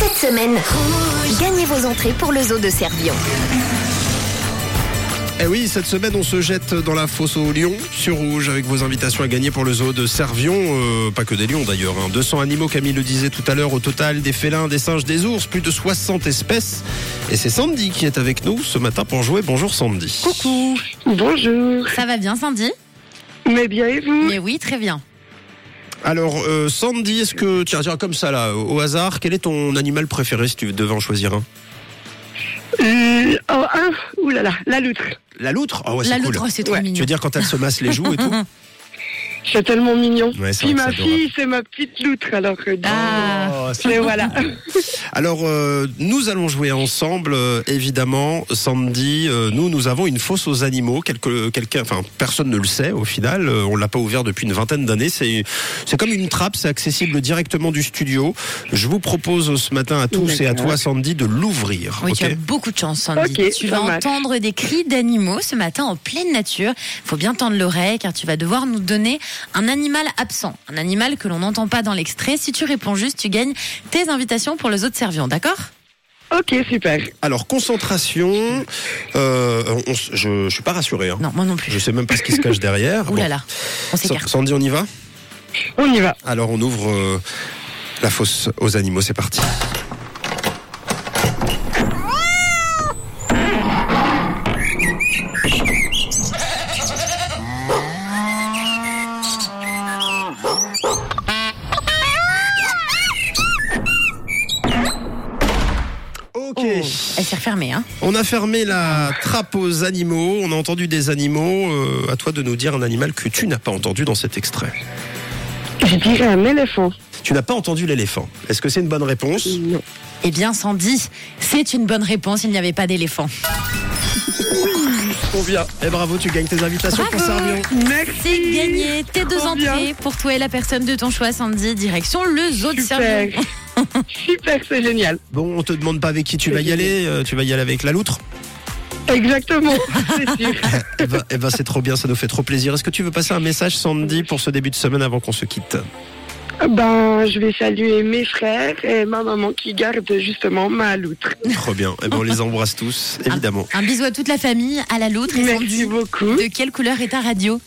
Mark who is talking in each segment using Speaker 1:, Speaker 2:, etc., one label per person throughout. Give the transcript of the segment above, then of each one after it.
Speaker 1: Cette semaine, gagnez vos entrées pour le zoo de Servion.
Speaker 2: Eh oui, cette semaine, on se jette dans la fosse aux lions sur rouge avec vos invitations à gagner pour le zoo de Servion. Euh, pas que des lions d'ailleurs. hein. 200 animaux, Camille le disait tout à l'heure, au total des félins, des singes, des ours, plus de 60 espèces. Et c'est Sandy qui est avec nous ce matin pour jouer. Bonjour Sandy.
Speaker 3: Coucou,
Speaker 4: Bonjour.
Speaker 3: ça va bien Sandy
Speaker 4: Mais bien et vous
Speaker 3: Mais oui, très bien.
Speaker 2: Alors euh, Sandy, est-ce que tiens, tiens comme ça là, au hasard, quel est ton animal préféré si tu devais en choisir un
Speaker 4: Euh, Oh, un Ouh là là, la loutre.
Speaker 2: La loutre. Ah ouais,
Speaker 3: La
Speaker 2: c'est cool.
Speaker 3: loutre, oh, c'est trop
Speaker 4: Ouais,
Speaker 2: Tu
Speaker 3: mignon.
Speaker 2: veux dire quand elle se masse les joues et tout
Speaker 4: C'est tellement mignon.
Speaker 2: Ouais, c'est vrai
Speaker 4: Puis
Speaker 2: que
Speaker 4: ma
Speaker 2: c'est adorable.
Speaker 4: fille, c'est ma petite loutre, alors que...
Speaker 3: Ah,
Speaker 2: Oh, c'est
Speaker 4: Mais voilà.
Speaker 2: Alors, euh, nous allons jouer ensemble, euh, évidemment. Sandy, euh, nous, nous avons une fosse aux animaux. Quelque- Quelqu'un, enfin, personne ne le sait au final. Euh, on l'a pas ouvert depuis une vingtaine d'années. C'est, c'est comme une trappe. C'est accessible directement du studio. Je vous propose euh, ce matin à tous et à toi, Sandy, de l'ouvrir.
Speaker 3: oui,
Speaker 2: ok
Speaker 3: tu as beaucoup de chance Sandy.
Speaker 4: Ok,
Speaker 3: tu
Speaker 4: ça
Speaker 3: vas
Speaker 4: marche.
Speaker 3: entendre des cris d'animaux ce matin en pleine nature. Faut bien tendre l'oreille car tu vas devoir nous donner un animal absent, un animal que l'on n'entend pas dans l'extrait. Si tu réponds juste, tu gagnes tes invitations pour le zoo de Servion, d'accord
Speaker 4: ok, super.
Speaker 2: Alors, concentration. Euh, on- on s- je, je suis pas rassuré. Hein.
Speaker 3: Non, moi non
Speaker 2: Je
Speaker 3: plus.
Speaker 2: sais même pas ce qui se cache derrière.
Speaker 3: Ouh là
Speaker 2: Bon.
Speaker 3: là, on
Speaker 2: Sa-
Speaker 3: s'écarte.
Speaker 2: Sandy, on y va
Speaker 4: On y va.
Speaker 2: Alors on ouvre euh, la fosse aux animaux, c'est parti. Ok.
Speaker 3: Elle s'est refermée, hein
Speaker 2: On a fermé la trappe aux animaux, on a entendu des animaux. euh, à toi de nous dire un animal que tu n'as pas entendu dans cet extrait.
Speaker 4: Je dirais un éléphant.
Speaker 2: Tu n'as pas entendu l'éléphant. Est-ce que c'est une bonne réponse
Speaker 4: Non.
Speaker 3: Eh bien, Sandy, c'est une bonne réponse. Il n'y avait pas d'éléphant.
Speaker 2: Convient. Et Eh ben, bravo, tu gagnes tes invitations pour
Speaker 3: Bravo.
Speaker 2: Servion.
Speaker 4: Merci.
Speaker 3: C'est gagné. Tes deux
Speaker 4: Trop bien.
Speaker 3: entrées pour toi et la personne de ton choix, Sandy. Direction le zoo de
Speaker 4: Super.
Speaker 3: Servion.
Speaker 4: super, c'est génial.
Speaker 2: Bon, on te demande pas avec qui tu
Speaker 4: C'est
Speaker 2: vas y
Speaker 4: gagné.
Speaker 2: aller, euh, tu vas y aller avec la loutre.
Speaker 4: Exactement, c'est sûr.
Speaker 2: Eh ben, eh ben, c'est trop bien, ça nous fait trop plaisir. Est-ce que tu veux passer un message, Sandy, pour ce début de semaine avant qu'on se quitte
Speaker 4: Ben, je vais saluer mes frères et ma maman qui garde justement ma loutre.
Speaker 2: Trop bien. Eh ben, on les embrasse tous, évidemment.
Speaker 3: Un bisou à toute la famille, à la loutre. Et
Speaker 4: Merci
Speaker 3: Sandy,
Speaker 4: beaucoup.
Speaker 3: de quelle couleur est ta radio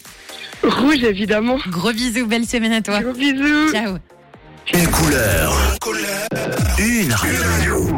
Speaker 4: Rouge, évidemment.
Speaker 3: Gros bisous, belle semaine à toi.
Speaker 4: Gros bisous.
Speaker 3: Ciao.
Speaker 5: Une couleur. Une radio.